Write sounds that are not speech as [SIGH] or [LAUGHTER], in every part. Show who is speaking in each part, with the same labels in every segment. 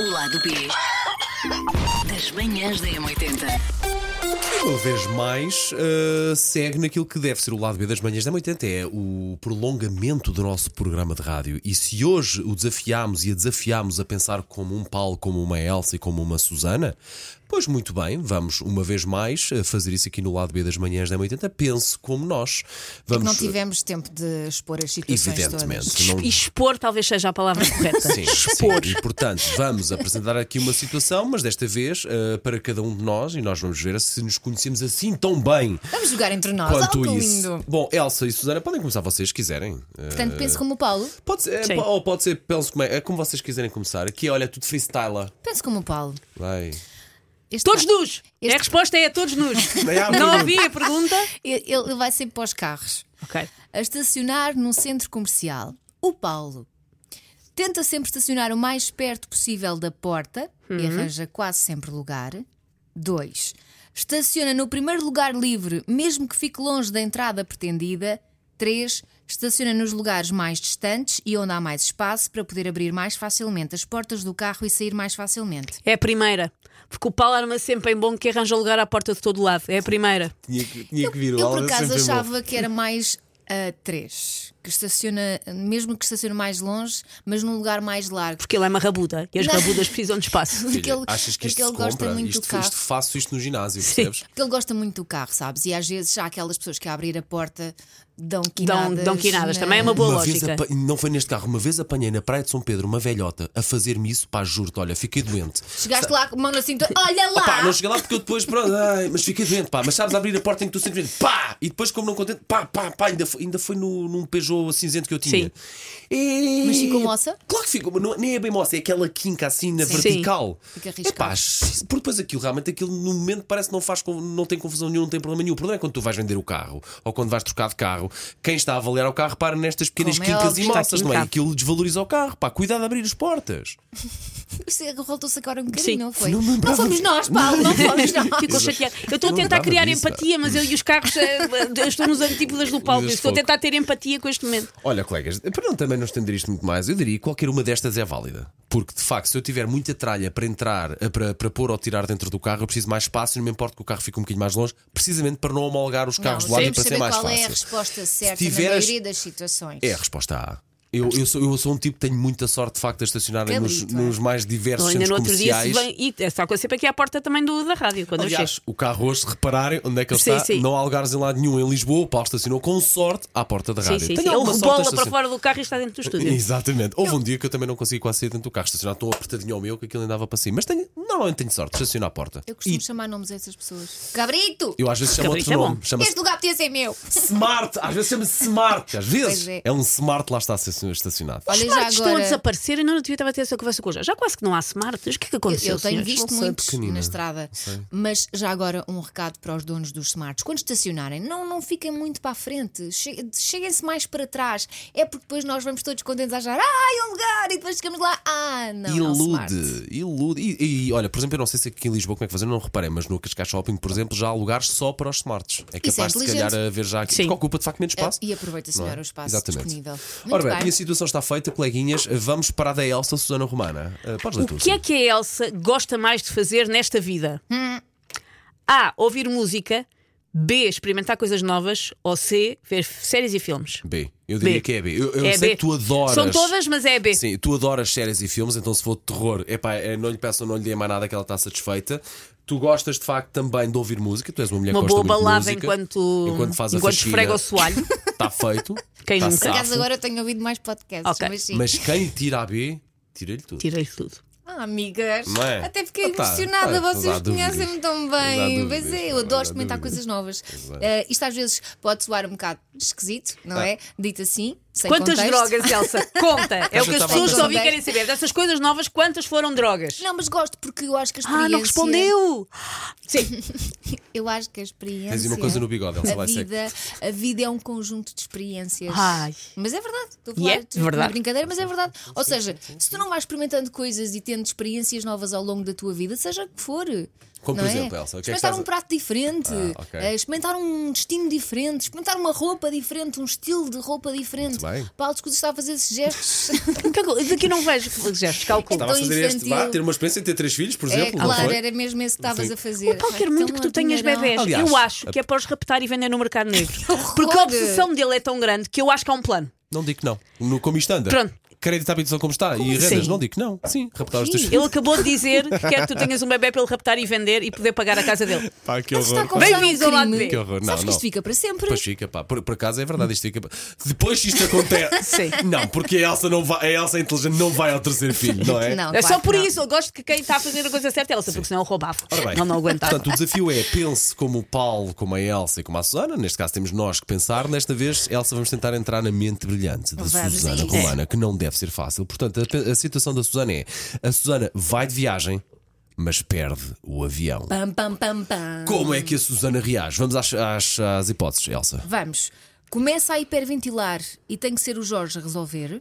Speaker 1: O lado B das manhãs da M80.
Speaker 2: Uma vez mais, uh, segue naquilo que deve ser o lado B das manhãs da 80, é o prolongamento do nosso programa de rádio. E se hoje o desafiámos e a desafiámos a pensar como um Paulo, como uma Elsa e como uma Susana, pois muito bem, vamos uma vez mais uh, fazer isso aqui no lado B das manhãs da 80. Pense como nós. Vamos, eh,
Speaker 3: Não tivemos tempo de expor as situações todas.
Speaker 2: evidentemente. não-
Speaker 4: E expor talvez seja
Speaker 2: [LAUGHS]
Speaker 4: a palavra correta.
Speaker 2: Sim, expor. E portanto, vamos apresentar aqui uma situação, mas desta vez eh, para cada um de nós, e nós vamos ver se nos conhecemos assim tão bem
Speaker 3: Vamos jogar entre nós. Olha
Speaker 2: quanto
Speaker 3: que
Speaker 2: isso.
Speaker 3: lindo.
Speaker 2: Bom, Elsa e Susana, podem começar vocês se quiserem. Eh,
Speaker 3: Portanto, penso como o Paulo.
Speaker 2: pode ser, eh,
Speaker 4: Sim.
Speaker 2: po- ou pode ser penso como, é, é como vocês quiserem começar. Aqui, é, olha, tudo freestyler.
Speaker 3: Penso como o Paulo.
Speaker 2: Vai.
Speaker 3: Este
Speaker 4: Todos
Speaker 3: ca-
Speaker 4: nus!
Speaker 3: Este-
Speaker 4: A resposta é todos nus.
Speaker 2: Nem há
Speaker 4: Não
Speaker 2: pergunta.
Speaker 4: ouvi a pergunta.
Speaker 3: Ele ele vai sempre para os carros.
Speaker 4: Ok.
Speaker 3: A estacionar num centro comercial. O Paulo tenta sempre estacionar o mais perto possível da porta e arranja quase sempre lugar. Dois. Estaciona no primeiro lugar livre, mesmo que fique longe da entrada pretendida. Três. Estaciona nos lugares mais distantes e onde há mais espaço para poder abrir mais facilmente as portas do carro e sair mais facilmente.
Speaker 4: É a primeira. Porque o Paulo arma sempre em bom que arranja lugar à porta de todo lado. É a primeira.
Speaker 2: Tinha que, tinha que vir
Speaker 3: Eu,
Speaker 2: o
Speaker 3: por
Speaker 2: Alan
Speaker 3: acaso
Speaker 2: sempre bom.
Speaker 3: achava que era mais a 3, que estaciona, mesmo que estacione mais longe, mas num lugar mais largo.
Speaker 4: Porque ele é uma rabuda e as
Speaker 3: Não.
Speaker 4: rabudas precisam de espaço.
Speaker 3: Porque é ele,
Speaker 2: Achas que isto
Speaker 3: porque ele
Speaker 2: se
Speaker 3: gosta
Speaker 2: compra?
Speaker 3: muito
Speaker 2: isto,
Speaker 3: do carro.
Speaker 2: isto faço isto no ginásio, percebes?
Speaker 3: Porque ele gosta muito do carro, sabes? E às vezes há aquelas pessoas que a abrir a porta dão
Speaker 4: Dão,
Speaker 3: quinadas.
Speaker 4: dão quinadas.
Speaker 3: na-
Speaker 4: Também é uma boa
Speaker 2: Uma vez
Speaker 4: lógica.
Speaker 2: apa- Não foi neste carro, uma vez apanhei na Praia de São Pedro uma velhota a fazer-me isso, pá, juro-te, olha, fiquei doente.
Speaker 3: Chegaste lá com a mão na cintura, olha lá!
Speaker 2: Pá, não cheguei lá porque eu depois, pronto, ai, mas fiquei doente, pá. Mas sabes abrir a porta em que tu simplesmente pá! E depois, como não contente, pá, pá, pá, ainda foi, ainda foi no, num Peugeot cinzento que eu tinha.
Speaker 4: Sim.
Speaker 2: E-
Speaker 3: Mas ficou moça?
Speaker 2: Claro que ficou, mas não- nem é bem moça, é aquela quinca assim na
Speaker 4: Sim.
Speaker 2: vertical.
Speaker 3: Fica
Speaker 2: é
Speaker 3: arriscado.
Speaker 2: pá, porque depois aquilo realmente, aquilo no momento parece que não, faz, con- não tem confusão nenhuma, não tem problema nenhum. O problema é quando tu vais vender o carro ou quando vais trocar de carro, quem está a avaliar o carro para nestas pequenas
Speaker 3: Como é
Speaker 2: quincas e
Speaker 3: óbvio,
Speaker 4: está
Speaker 2: moças, não é?
Speaker 4: quincado.
Speaker 2: Aquilo desvaloriza o carro, pá, cuidado a abrir as portas.
Speaker 3: Isto Voltou-se agora um bocadinho,
Speaker 4: Sim.
Speaker 3: não foi?
Speaker 2: Não me lembrava-
Speaker 3: fomos nós, Paulo, não fomos nós.
Speaker 4: Ficou chateado. Eu estou a
Speaker 2: Não
Speaker 4: tentar
Speaker 2: lembrava
Speaker 4: criar
Speaker 2: disso, pá.
Speaker 4: empatia, mas eu e os carros eh, eu estou nos antípodas do Paulo.
Speaker 2: Mas
Speaker 4: Eu Estou a
Speaker 2: fogo.
Speaker 4: tentar ter empatia com este momento.
Speaker 2: Olha, colegas, para não também não estender isto muito mais, eu diria que qualquer uma destas é válida. Porque, de facto, se eu tiver muita tralha para entrar, eh, para, para pôr ou tirar dentro do carro, eu preciso mais espaço e não me importo que o carro fique um bocadinho mais longe, precisamente para não homologar os [LAUGHS] carros do
Speaker 3: não,
Speaker 2: lado e
Speaker 3: temos
Speaker 2: para
Speaker 3: de
Speaker 2: ser
Speaker 3: saber
Speaker 2: mais
Speaker 3: qual
Speaker 2: fácil.
Speaker 3: é a resposta certa na
Speaker 2: tiveres-
Speaker 3: maioria das situações.
Speaker 2: É a resposta A. Eu, eu, sou, eu sou um tipo que tenho muita sorte, de facto, a estacionar nos,
Speaker 3: Cabrito, é?
Speaker 2: nos mais diversos
Speaker 4: Então, Ainda
Speaker 2: centros
Speaker 4: no outro dia se
Speaker 2: comerciais.
Speaker 4: vem. E é essa coisa sempre aqui à porta também do, da rádio, quando eu chego.
Speaker 2: Aliás, o carro hoje, se repararem onde é que ele
Speaker 4: Sim,
Speaker 2: está,
Speaker 4: sim.
Speaker 2: não há lugares em lado nenhum. Em Lisboa, o Paulo estacionou com sorte à porta da
Speaker 4: Sim,
Speaker 2: rádio.
Speaker 4: sim,
Speaker 2: Tenho
Speaker 4: sim. Ele
Speaker 2: alguma sorte a
Speaker 4: rebola para
Speaker 2: estacionar.
Speaker 4: fora do carro e está dentro
Speaker 3: [LAUGHS]
Speaker 4: do estúdio.
Speaker 2: Exatamente. Houve um dia que eu também não consegui quase sair dentro do carro, estacionar tão apertadinho ao meu que aquilo andava para cima. Mas tenho, normalmente tenho sorte, estaciono à porta.
Speaker 3: Eu costumo
Speaker 2: E
Speaker 3: chamar nomes a essas pessoas. Gabrito!
Speaker 2: eu às vezes chamo outro
Speaker 4: Cabrito é bom.
Speaker 2: nome, chama-se
Speaker 3: Este lugar podia ser meu!
Speaker 2: Smart, às vezes chama-se Smart, às vezes
Speaker 3: um Pois
Speaker 2: é.
Speaker 3: é.
Speaker 2: um Smart lá está estacionado.
Speaker 3: Olha,
Speaker 4: Os smarts
Speaker 3: já
Speaker 4: estão a
Speaker 3: agora.
Speaker 4: desaparecer e não, não devia estar a ter essa conversa com o Jorge. Já quase que não há smarts. O que é que aconteceu?
Speaker 3: Eu, eu tenho
Speaker 4: senhores?
Speaker 3: visto
Speaker 2: sei,
Speaker 3: muitos
Speaker 2: pequenina.
Speaker 3: na estrada, mas já agora um recado para os donos dos smarts. Quando estacionarem, não, não fiquem muito para a frente, Che- cheguem-se mais para trás. É porque depois nós vamos todos contentes a achar, ah, é um lugar, e depois chegamos lá, ah, não. é um smart."
Speaker 2: Ilude, ilude. E, e, olha, por exemplo, eu não sei se aqui em Lisboa como é que fazer, não reparei, mas no Cascais Shopping, por exemplo, já há lugares só para os smarts. É
Speaker 3: Isso é
Speaker 2: capaz de se
Speaker 3: inteligente.
Speaker 2: calhar haver já aqui.
Speaker 4: Sim.
Speaker 2: Porque ocupa de facto menos espaço.
Speaker 3: E aproveita-se
Speaker 2: não é?
Speaker 3: melhor o espaço
Speaker 2: Exatamente.
Speaker 3: disponível.
Speaker 2: Ora
Speaker 3: Muito
Speaker 2: bem, assim- a
Speaker 3: bem.
Speaker 2: minha situação está feita, coleguinhas. Vamos para a da Elsa Susana Romana. Ah, podes ler tu.
Speaker 4: O que é que a Elsa gosta mais de fazer nesta vida?
Speaker 3: Hum.
Speaker 4: A. Ouvir música. B. Experimentar coisas novas. Ou C. Ver f- séries e filmes.
Speaker 2: B. Eu diria
Speaker 4: B.
Speaker 2: que é B. Eu, eu
Speaker 4: É
Speaker 2: sei
Speaker 4: B.
Speaker 2: que tu adoras.
Speaker 4: São todas, mas é B.
Speaker 2: Sim, tu adoras séries e filmes, então se for de terror, epá, eh, não lhe peço, não lhe dê mais nada que ela está satisfeita. Tu gostas de facto também de ouvir música, tu és uma mulher
Speaker 4: Uma
Speaker 2: que gosta
Speaker 4: boa
Speaker 2: muito de
Speaker 4: balada
Speaker 2: música.
Speaker 4: enquanto,
Speaker 2: enquanto faz a
Speaker 4: enquanto
Speaker 2: faxina.
Speaker 4: esfrega o soalho.
Speaker 2: [LAUGHS] Está feito.
Speaker 4: Quem
Speaker 2: tá
Speaker 4: nunca?
Speaker 3: Por acaso
Speaker 2: safo,
Speaker 3: agora tenho ouvido mais podcasts,
Speaker 4: Ok.
Speaker 3: mas sim.
Speaker 2: Mas quem tira a B, tira-lhe tudo.
Speaker 4: Tirei tudo.
Speaker 3: Ah, amigas,
Speaker 2: Não é?
Speaker 3: até fiquei
Speaker 2: Ah, tá,
Speaker 3: impressionada,
Speaker 2: tá, mas há
Speaker 3: vocês
Speaker 2: dúvidas.
Speaker 3: conhecem-me tão
Speaker 2: Mas há
Speaker 3: bem.
Speaker 2: dúvidas,
Speaker 3: Pois é,
Speaker 2: não
Speaker 3: eu
Speaker 2: é? Há
Speaker 3: adoro experimentar
Speaker 2: dúvidas.
Speaker 3: coisas novas.
Speaker 2: Exato. Tá.
Speaker 3: Eh, isto às vezes pode soar um bocado esquisito, não é? Dito assim, sem
Speaker 4: Quantas
Speaker 3: contexto.
Speaker 4: drogas, Elsa? Conta! É o que as
Speaker 2: estava
Speaker 4: pessoas
Speaker 3: a
Speaker 4: só ouvir
Speaker 3: perguntar.
Speaker 4: querem saber. Dessas coisas novas, quantas foram drogas?
Speaker 3: Ah, Não, mas gosto porque eu acho que a experiência.
Speaker 4: Ah, não respondeu! Sim,
Speaker 3: Eu acho que a experiência.
Speaker 2: Tens aí uma coisa no bigode, Elsa
Speaker 3: a
Speaker 2: vai ser.
Speaker 3: vida, a vida é um conjunto de experiências.
Speaker 4: Ai.
Speaker 3: Mas é verdade. Estou a
Speaker 4: E
Speaker 3: falar
Speaker 4: é
Speaker 3: de uma
Speaker 4: verdade.
Speaker 3: brincadeira, mas é verdade. Ou seja, se tu não vais experimentando coisas e tendo experiências novas ao longo da tua vida, seja o que for,
Speaker 2: Como
Speaker 3: não
Speaker 2: por
Speaker 3: é?
Speaker 2: exemplo, Elsa, o que é que
Speaker 3: experimentar
Speaker 2: estás a-
Speaker 3: um prato diferente,
Speaker 2: Ah, ok.
Speaker 3: eh, experimentar um destino diferente, experimentar uma roupa diferente, um estilo de roupa diferente.
Speaker 2: Muito bem.
Speaker 3: Paulo, desculpa, está a fazer
Speaker 2: [LAUGHS]
Speaker 3: esses gestos.
Speaker 4: Daqui não vejo gestos, calculo.
Speaker 2: Estava a
Speaker 3: tão
Speaker 2: fazer este, vá,
Speaker 3: infantil.
Speaker 2: ter uma experiência de ter três filhos, por
Speaker 3: é
Speaker 2: exemplo, não
Speaker 3: claro,
Speaker 2: foi?
Speaker 3: era mesmo esse que estavas
Speaker 2: Sim.
Speaker 3: a fazer.
Speaker 4: É, Qualquer
Speaker 3: Vai,
Speaker 4: mundo
Speaker 3: tão
Speaker 4: que tu tenhas
Speaker 3: dinheirão.
Speaker 4: bebés,
Speaker 2: Aliás,
Speaker 4: eu acho
Speaker 2: a-
Speaker 4: que é para os raptar e vender
Speaker 2: [LAUGHS]
Speaker 4: no mercado negro.
Speaker 3: horror!
Speaker 4: Porque a obsessão dele é tão grande que eu acho que há um plano.
Speaker 2: Não digo que não. No, como isto anda.
Speaker 4: Pronto.
Speaker 2: Crédito à habitação como está. e
Speaker 4: assim?
Speaker 2: rendas, não digo que não. Sim, raptar os teus
Speaker 4: Ele
Speaker 2: filhos.
Speaker 4: acabou de dizer que quer que tu tenhas um bebê para ele raptar e vender e poder pagar a casa dele.
Speaker 2: Pá, que
Speaker 3: Ele está a
Speaker 2: horror. pá.
Speaker 3: confessar
Speaker 4: Bem-vindos
Speaker 3: um
Speaker 4: ao lado
Speaker 3: crime.
Speaker 4: B.
Speaker 2: Que horror. Não,
Speaker 3: Sabes que
Speaker 2: não.
Speaker 3: isto fica para sempre.
Speaker 2: Pois fica, pá. Por, por acaso é verdade, isto fica. pá. Depois isto acontece.
Speaker 4: [LAUGHS] Sim.
Speaker 2: Não, porque a Elsa, não vai, a Elsa é inteligente não vai ao
Speaker 4: [LAUGHS]
Speaker 2: terceiro filho, não é?
Speaker 3: Não,
Speaker 4: É
Speaker 3: claro
Speaker 4: só
Speaker 3: que
Speaker 4: por
Speaker 3: não.
Speaker 4: isso, eu gosto que quem está a fazer a coisa certa é ela, porque senão eu roubava.
Speaker 2: Ora bem.
Speaker 4: Não, não aguentava.
Speaker 2: Portanto, o desafio é pense como o Paulo, como a Elsa e como a Susana. Neste caso temos nós que pensar. Desta vez, Elsa, vamos tentar entrar na mente brilhante da
Speaker 3: Vamos a
Speaker 2: Susana
Speaker 3: isso.
Speaker 2: Romana, que não deve ser fácil. Portanto, a, pe- a situação da Susana é: a Susana vai de viagem, mas perde o avião.
Speaker 4: Hum.
Speaker 3: Pam, pam, pam, pam.
Speaker 2: Como é que a Susana reage? Vamos às, às- às hipóteses, Elsa.
Speaker 3: Vamos. Começa a hiperventilar e tem que ser o Jorge a resolver.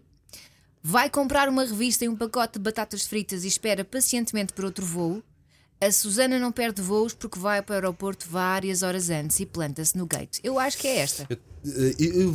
Speaker 3: Vai comprar uma revista e um pacote de batatas fritas e espera pacientemente por outro voo. A Susana não perde voos porque vai para o aeroporto várias horas antes e planta-se no gate. Eu acho que é esta.
Speaker 2: Eu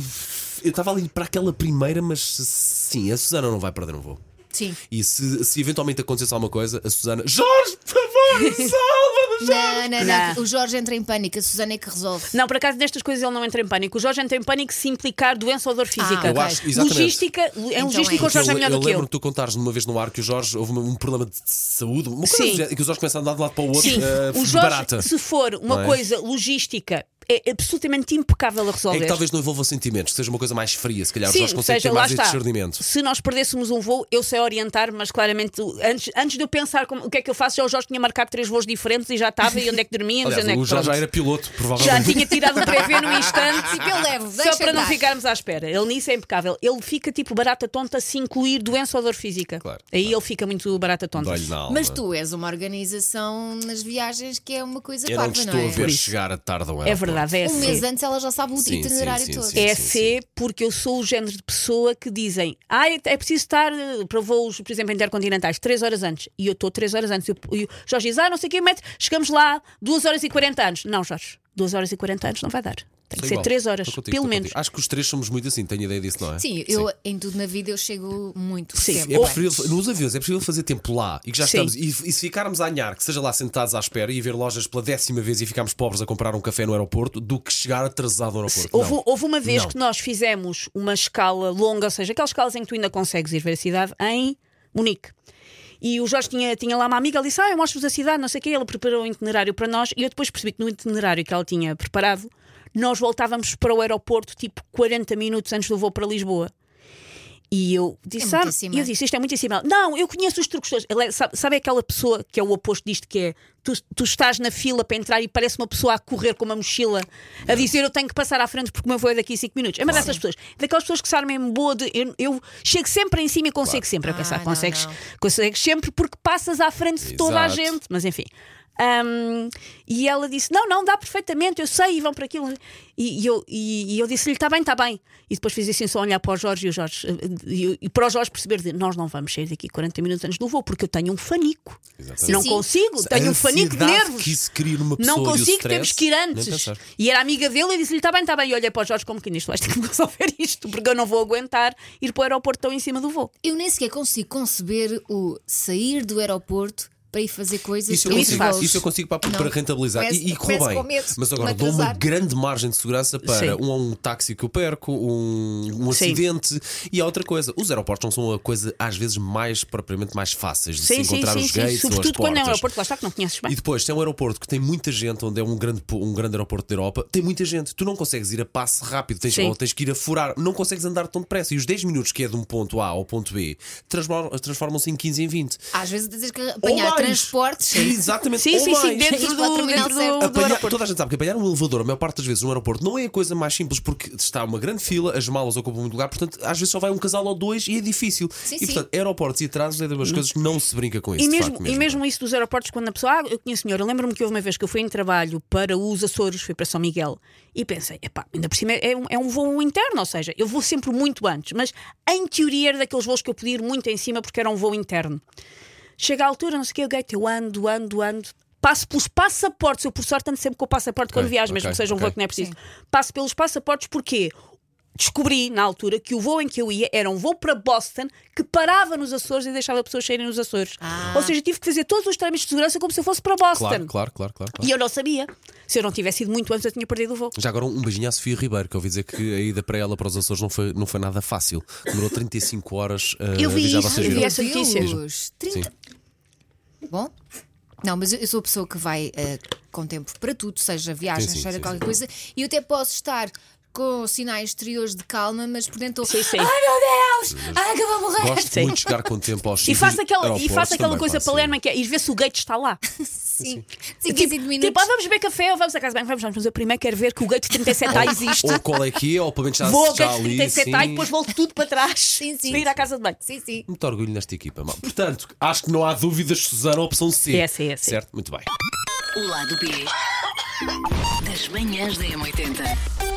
Speaker 2: estava ali para aquela primeira, mas sim, a Susana não vai perder um voo.
Speaker 3: Sim.
Speaker 2: E se, se eventualmente acontecesse alguma coisa, a Susana. Jorge, por
Speaker 4: [LAUGHS]
Speaker 2: favor, salva-me, Jorge!
Speaker 3: Não, não, não.
Speaker 4: Não.
Speaker 3: O Jorge entra em pânico, a Susana é que resolve.
Speaker 4: Não, por acaso nestas coisas ele não entra em pânico. O Jorge entra em pânico se implicar doença ou dor física.
Speaker 3: Ah, Eu
Speaker 2: acho- exatamente.
Speaker 4: logística, em logística
Speaker 3: é
Speaker 4: o Jorge é
Speaker 2: eu,
Speaker 4: melhor
Speaker 2: eu
Speaker 4: do que
Speaker 2: lembro
Speaker 4: eu.
Speaker 2: tu contares numa vez no ar que o Jorge houve um, um problema de saúde, uma coisa
Speaker 4: Sim.
Speaker 2: do género, que os Jorge começam a andar de lado para o outro,
Speaker 4: Sim,
Speaker 2: eh,
Speaker 4: o
Speaker 2: de
Speaker 4: Jorge,
Speaker 2: barata.
Speaker 4: se for
Speaker 2: Não
Speaker 4: uma
Speaker 2: é?
Speaker 4: coisa logística, é absolutamente impecável a
Speaker 2: É
Speaker 4: resolver.
Speaker 2: que talvez não envolva sentimentos, que seja uma coisa mais fria, se calhar o
Speaker 4: Sim,
Speaker 2: Jorge
Speaker 4: ou
Speaker 2: consegue
Speaker 4: seja,
Speaker 2: ter
Speaker 4: lá
Speaker 2: mais esse
Speaker 4: está.
Speaker 2: discernimento.
Speaker 4: Se nós perdêssemos um voo, eu sei orientar, mas claramente antes, antes de eu pensar como- o que é que eu faço, já o Jorge tinha marcado três voos diferentes e já estava e onde é que dormíamos,
Speaker 2: Aliás,
Speaker 4: onde é
Speaker 2: o
Speaker 4: que
Speaker 2: Jorge já
Speaker 4: pronto.
Speaker 2: era piloto,
Speaker 4: Já
Speaker 2: provavelmente.
Speaker 4: tinha tirado o PV no instante.
Speaker 3: Tipo, eu levo, [LAUGHS]
Speaker 4: Só
Speaker 3: deixa
Speaker 4: para não
Speaker 3: andar.
Speaker 4: ficarmos à espera. Ele nisso é impecável. Ele fica tipo barata tonta se incluir doença ou dor física.
Speaker 2: Claro,
Speaker 4: Aí ele fica muito barata tonta.
Speaker 2: Dói-lhe na alma.
Speaker 3: Mas tu és uma organização nas viagens que é uma coisa
Speaker 2: Eu não te
Speaker 3: parva,
Speaker 2: estou
Speaker 3: é?
Speaker 2: a ver
Speaker 4: isso.
Speaker 2: chegar a tarde ao
Speaker 4: É
Speaker 2: aeroporto.
Speaker 4: verdade, é
Speaker 3: Um
Speaker 4: assim.
Speaker 3: mês antes ela já sabe o
Speaker 2: Sim, sim,
Speaker 3: itinerário
Speaker 2: sim,
Speaker 3: todo.
Speaker 2: sim.
Speaker 4: É ser porque eu sou o género de pessoa que dizem ah, é é preciso estar eh, para voos, por exemplo, intercontinentais, 3 horas antes. E eu estou 3 horas antes. E o- E o Jorge diz, ah, não sei o que, mete, chegamos lá 2 horas e 40 anos. Não, Jorge, 2 horas e 40 anos não vai dar. Tem que
Speaker 2: Estou
Speaker 4: ser
Speaker 2: igual.
Speaker 4: 3 horas,
Speaker 2: Estou contigo,
Speaker 4: pelo
Speaker 2: estou
Speaker 4: menos.
Speaker 2: contigo. Acho que os três somos muito assim, tenho ideia disso, não é?
Speaker 3: Sim, eu em tudo na vida eu chego muito
Speaker 4: Sim,
Speaker 3: tempo.
Speaker 2: É
Speaker 4: Ou-
Speaker 2: preferível, nos aviões é possível fazer tempo lá e que já
Speaker 4: Sim.
Speaker 2: estamos. E, e se ficarmos a anhar, que seja lá sentados à espera e ver lojas pela décima vez e ficarmos pobres a comprar um café no aeroporto, do que chegar atrasado ao aeroporto.
Speaker 4: Houve, um,
Speaker 2: Não.
Speaker 4: houve uma vez
Speaker 2: Não.
Speaker 4: que nós fizemos uma escala longa, ou seja, aquelas escalas em que tu ainda consegues ir ver a cidade, em Munique. E o Jorge tinha, tinha lá uma amiga, ele disse: Ah, eu mostro-vos a cidade, não sei o quê. Ele preparou um itinerário para nós e eu depois percebi que no itinerário que ela tinha preparado, nós voltávamos para o aeroporto tipo 40 minutos antes do voo para Lisboa. E eu disse,
Speaker 3: É
Speaker 4: "Ah",
Speaker 3: muitíssimo.
Speaker 4: eu disse isto é muito acima. Não, eu conheço os truques todos. Ele é- sabe, sabe aquela pessoa que é o oposto disto que é? Tu, tu estás na fila para entrar e parece uma pessoa a correr com uma mochila a dizer eu tenho que passar à frente porque o meu voo é daqui a 5 minutos. É uma dessas pessoas. Daquelas pessoas que se armam em boa de eu, eu chego sempre em cima e consigo sempre. A pensar,
Speaker 3: Ah, não,
Speaker 4: consegues,
Speaker 3: não.
Speaker 4: consegues sempre porque passas à frente de toda a
Speaker 2: Exato.
Speaker 4: gente gente, mas enfim. Ahm, e ela disse: Não, não, dá perfeitamente, eu sei, e vão para aquilo. E, e eu, e, e eu disse-lhe: Está bem, está bem. E depois fiz assim, só olhar para o Jorge e o Jorge, eh, e, e para o Jorge perceber: de, Nós não vamos sair daqui 40 minutos antes do voo, porque eu tenho um fanico.
Speaker 2: Exatamente.
Speaker 4: Não
Speaker 3: Sim, sim.
Speaker 4: consigo, tenho um fanico de
Speaker 2: ansiedade
Speaker 4: nervos.
Speaker 2: que isso cria numa pessoa
Speaker 4: não
Speaker 2: e o
Speaker 4: consigo,
Speaker 2: stress,
Speaker 4: temos que ir
Speaker 2: nem
Speaker 4: antes.
Speaker 2: pensar.
Speaker 4: E era amiga dele e disse-lhe: Está bem, está bem. E olhei para o Jorge como que nisto vais ter que resolver isto, porque eu não vou aguentar ir para o aeroporto tão em cima do voo.
Speaker 3: Eu nem sequer consigo conceber o sair do aeroporto para ir fazer coisas
Speaker 4: é
Speaker 2: Isso eu,
Speaker 3: de
Speaker 2: consigo,
Speaker 3: voos.
Speaker 2: isso eu consigo para, para
Speaker 3: Não.
Speaker 2: rentabilizar
Speaker 3: Começo-
Speaker 2: e, e correu
Speaker 3: começo
Speaker 2: bem.
Speaker 3: com medo de
Speaker 2: Mas agora
Speaker 3: me
Speaker 2: dou uma
Speaker 3: atrasar.
Speaker 2: grande margem de segurança para
Speaker 4: Sim.
Speaker 2: um, um táxi que eu perco, um, um
Speaker 4: Sim.
Speaker 2: acidente e há outra coisa. Os aeroportos não são a coisa às vezes mais propriamente mais fáceis de se encontrar os gates ou as
Speaker 4: Sobretudo quando é um
Speaker 2: portas.
Speaker 4: aeroporto, lá está que não conheces bem.
Speaker 2: E depois, se é um aeroporto que tem muita gente, onde é um grande, po- um grande aeroporto da Europa, tem muita gente. Tu não consegues ir a passo rápido, tens,
Speaker 4: Sim.
Speaker 2: ou tens que ir a furar, não consegues andar tão depressa. E os 10 minutos que é de um ponto A ao ponto B transmor- transformam-se em 15 em 20.
Speaker 3: Às vezes tens que
Speaker 2: Ou
Speaker 3: apanhar
Speaker 2: mais. [LAUGHS]
Speaker 3: transportes.
Speaker 2: Exatamente.
Speaker 4: Sim,
Speaker 2: ou
Speaker 4: sim, sim, tipo,
Speaker 2: mais.
Speaker 4: dentro
Speaker 3: Isto
Speaker 4: do,
Speaker 3: para o terminal
Speaker 4: dentro do, do
Speaker 2: Apanhar-
Speaker 4: aeroporto.
Speaker 2: toda a gente sabe que apanhar um elevador, a maior parte das vezes, num aeroporto, não é a coisa mais simples porque está uma grande fila, as malas ocupam muito lugar, portanto, às vezes só vai um casal ou dois e é difícil.
Speaker 3: Sim,
Speaker 2: e
Speaker 3: sim.
Speaker 2: portanto, aeroportos e atrasos é das coisas que não se brinca com isso.
Speaker 4: E
Speaker 2: de
Speaker 4: mesmo,
Speaker 2: facto
Speaker 4: e mesmo isso dos aeroportos, quando a pessoa, ah, eu conheço senhor, eu lembro-me que houve uma vez que eu fui em trabalho para os Açores, fui para São Miguel, e pensei, epá, ainda por cima é um, é um voo interno, ou seja, eu vou sempre muito antes, mas em teoria era daqueles voos que eu podia ir muito em cima porque era um voo interno. Chega à altura, não sei o que, o gate, eu ando, ando, ando. passo pelos passaportes. Eu, por sorte, ando sempre com o passaporte quando
Speaker 2: Ok,
Speaker 4: viajo, mesmo
Speaker 2: ok,
Speaker 4: que seja um
Speaker 2: ok.
Speaker 4: voo que não é preciso. Passo pelos passaportes porque descobri, na altura, que o voo em que eu ia era um voo para Boston que parava nos Açores e deixava pessoas saírem nos Açores.
Speaker 3: Ah.
Speaker 4: Ou seja, tive que fazer todos os trâmites de segurança como se eu fosse para Boston.
Speaker 2: Claro, claro, claro, claro. claro.
Speaker 4: E eu não sabia. Se eu não tivesse ido muito antes, eu tinha perdido o voo.
Speaker 2: Já agora um beijinho à Sofia Ribeiro, que eu ouvi dizer que a ida para ela para os Açores não foi, não foi nada fácil. Demorou 35 horas uh,
Speaker 4: Eu vi
Speaker 2: a viajar
Speaker 4: isso,
Speaker 2: vocês
Speaker 4: eu vi
Speaker 2: viram?
Speaker 4: essa notícia.
Speaker 3: Deus, 30. Bom, não, mas eu, eu sou a pessoa que vai eh, com tempo para tudo, seja viagem,
Speaker 2: Sim, sim,
Speaker 3: seja
Speaker 2: sim,
Speaker 3: qualquer
Speaker 2: sim.
Speaker 3: coisa, e eu até posso estar com sinais exteriores de calma, mas por dentro estou.
Speaker 4: Sim, sim.
Speaker 3: Ai meu Deus! Ai que eu vou morrer!
Speaker 2: Gosto
Speaker 4: Sim.
Speaker 2: muito de chegar com tempo aos
Speaker 4: E
Speaker 2: sítios
Speaker 4: faço aquela, e
Speaker 2: aeroportos
Speaker 4: faço aquela
Speaker 2: também
Speaker 4: coisa
Speaker 2: faço.
Speaker 4: palerma que é ir ver se o gate
Speaker 2: [LAUGHS]
Speaker 4: está lá.
Speaker 3: [LAUGHS] Sim,
Speaker 2: É
Speaker 3: 5
Speaker 4: tipo,
Speaker 2: Um
Speaker 3: 5 minutos.
Speaker 4: tipo, ah, vamos beber café ou vamos à casa bem, vamos, vamos. Mas eu primeiro quero ver que o gate 37 A existe.
Speaker 2: Ou qual é que é, ou pelo menos já,
Speaker 4: Vou ao
Speaker 2: já
Speaker 4: gate
Speaker 2: ali.
Speaker 4: 37 A e
Speaker 2: sim.
Speaker 4: depois volto tudo para trás
Speaker 3: Sim, sim.
Speaker 4: [LAUGHS] para ir à casa de banho.
Speaker 3: Sim, sim.
Speaker 2: Muito orgulho nesta equipa. mal. Portanto, acho que não há dúvidas, Susana, a opção C.
Speaker 4: Essa, essa.
Speaker 2: Certo? Muito bem.
Speaker 1: O lado B das manhãs da M80.